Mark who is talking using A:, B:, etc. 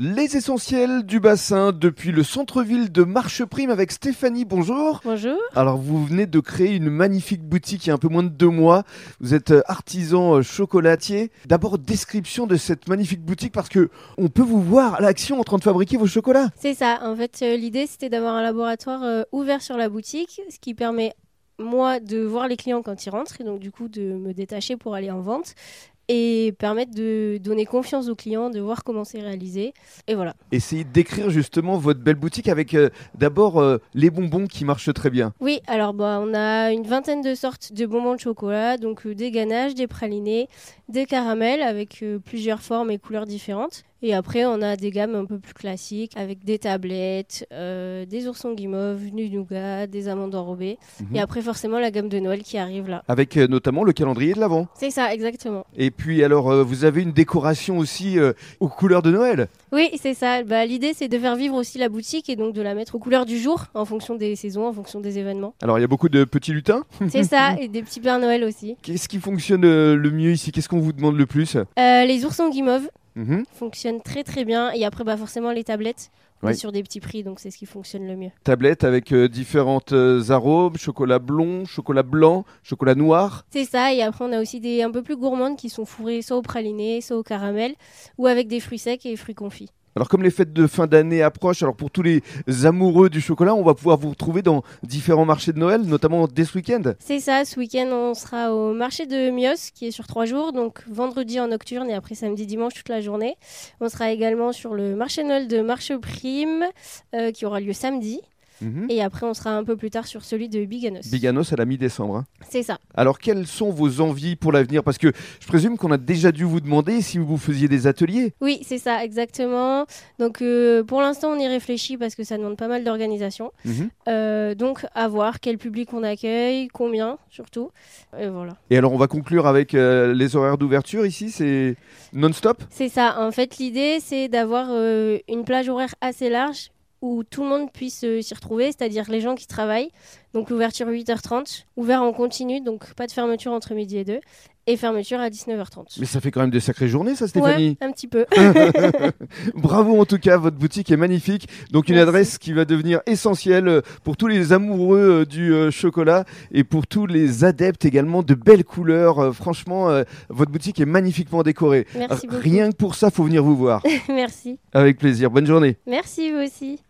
A: Les essentiels du bassin depuis le centre-ville de Marcheprime avec Stéphanie, bonjour.
B: Bonjour.
A: Alors vous venez de créer une magnifique boutique il y a un peu moins de deux mois. Vous êtes euh, artisan euh, chocolatier. D'abord description de cette magnifique boutique parce que on peut vous voir à l'action en train de fabriquer vos chocolats.
B: C'est ça. En fait, euh, l'idée, c'était d'avoir un laboratoire euh, ouvert sur la boutique, ce qui permet, moi, de voir les clients quand ils rentrent et donc, du coup, de me détacher pour aller en vente et permettre de donner confiance aux clients, de voir comment c'est réalisé. Et voilà.
A: Essayez de décrire justement votre belle boutique avec euh, d'abord euh, les bonbons qui marchent très bien.
B: Oui, alors, bah, on a une vingtaine de sortes de bonbons de chocolat, donc euh, des ganaches, des pralinés, des caramels avec euh, plusieurs formes et couleurs différentes. Et après, on a des gammes un peu plus classiques avec des tablettes, euh, des oursons guimauves, du nougat, des amandes enrobées.
A: Mhm.
B: Et après, forcément, la gamme de Noël qui arrive là.
A: Avec euh, notamment le calendrier de l'Avent.
B: C'est ça, exactement.
A: Et puis alors euh, vous avez une décoration aussi euh, aux couleurs de Noël.
B: Oui, c'est ça. Bah, L'idée, c'est de faire vivre aussi la boutique et donc de la mettre aux couleurs du jour, en fonction des saisons, en fonction des événements.
A: Alors il y a beaucoup de petits lutins.
B: C'est ça, et des petits Pères Noël aussi.
A: Qu'est-ce qui fonctionne euh, le mieux ici Qu'est-ce qu'on vous demande le plus
B: Euh, les oursons guimauves
A: Mhm.
B: fonctionnent très très bien. Et après, bah, forcément, les tablettes, on est
A: Oui.
B: sur des petits prix, donc c'est ce qui fonctionne le mieux.
A: Tablette avec euh, différentes euh, arômes, chocolat blond, chocolat blanc, chocolat noir.
B: C'est ça, et après, on a aussi des un peu plus gourmandes qui sont fourrées soit au praliné, soit au caramel, ou avec des fruits secs et fruits confits.
A: Alors comme les fêtes de fin d'année approchent, alors pour tous les amoureux du chocolat, on va pouvoir vous retrouver dans différents marchés de Noël, notamment dès ce week-end.
B: C'est ça, ce week-end, on sera au marché de Mios, qui est sur trois jours, donc vendredi en nocturne et après samedi, dimanche toute la journée. On sera également sur le marché de Noël de Marche Prime, euh, qui aura lieu samedi.
A: Mhm.
B: Et après, on sera un peu plus tard sur celui de Biganos.
A: Biganos à la mi-décembre. hein.
B: C'est ça.
A: Alors quelles sont vos envies pour l'avenir Parce que je présume qu'on a déjà dû vous demander si vous faisiez des ateliers.
B: Oui, c'est ça, exactement. Donc, euh, pour l'instant, on y réfléchit parce que ça demande pas mal d'organisation.
A: Mhm.
B: Euh, donc, à voir quel public on accueille, combien surtout. Et voilà.
A: Et alors on va conclure avec euh, les horaires d'ouverture ici, c'est non-stop
B: C'est ça. En fait, l'idée, c'est d'avoir euh, une plage horaire assez large où tout le monde puisse euh, s'y retrouver, c'est-à-dire les gens qui travaillent. Donc, ouverture 8h30, ouvert en continu, donc pas de fermeture entre midi et 2, et fermeture à 19h30.
A: Mais ça fait quand même des sacrées journées ça Stéphanie
B: Ouais, un petit peu.
A: Bravo en tout cas, votre boutique est magnifique. Donc une
B: Merci.
A: adresse qui va devenir essentielle euh, pour tous les amoureux euh, du euh, chocolat et pour tous les adeptes également de belles couleurs. Euh, Franchement, euh, votre boutique est magnifiquement décorée.
B: Merci
A: R-
B: beaucoup.
A: Rien que pour ça, faut venir vous voir.
B: Merci.
A: Avec plaisir. Bonne journée.
B: Merci, vous aussi.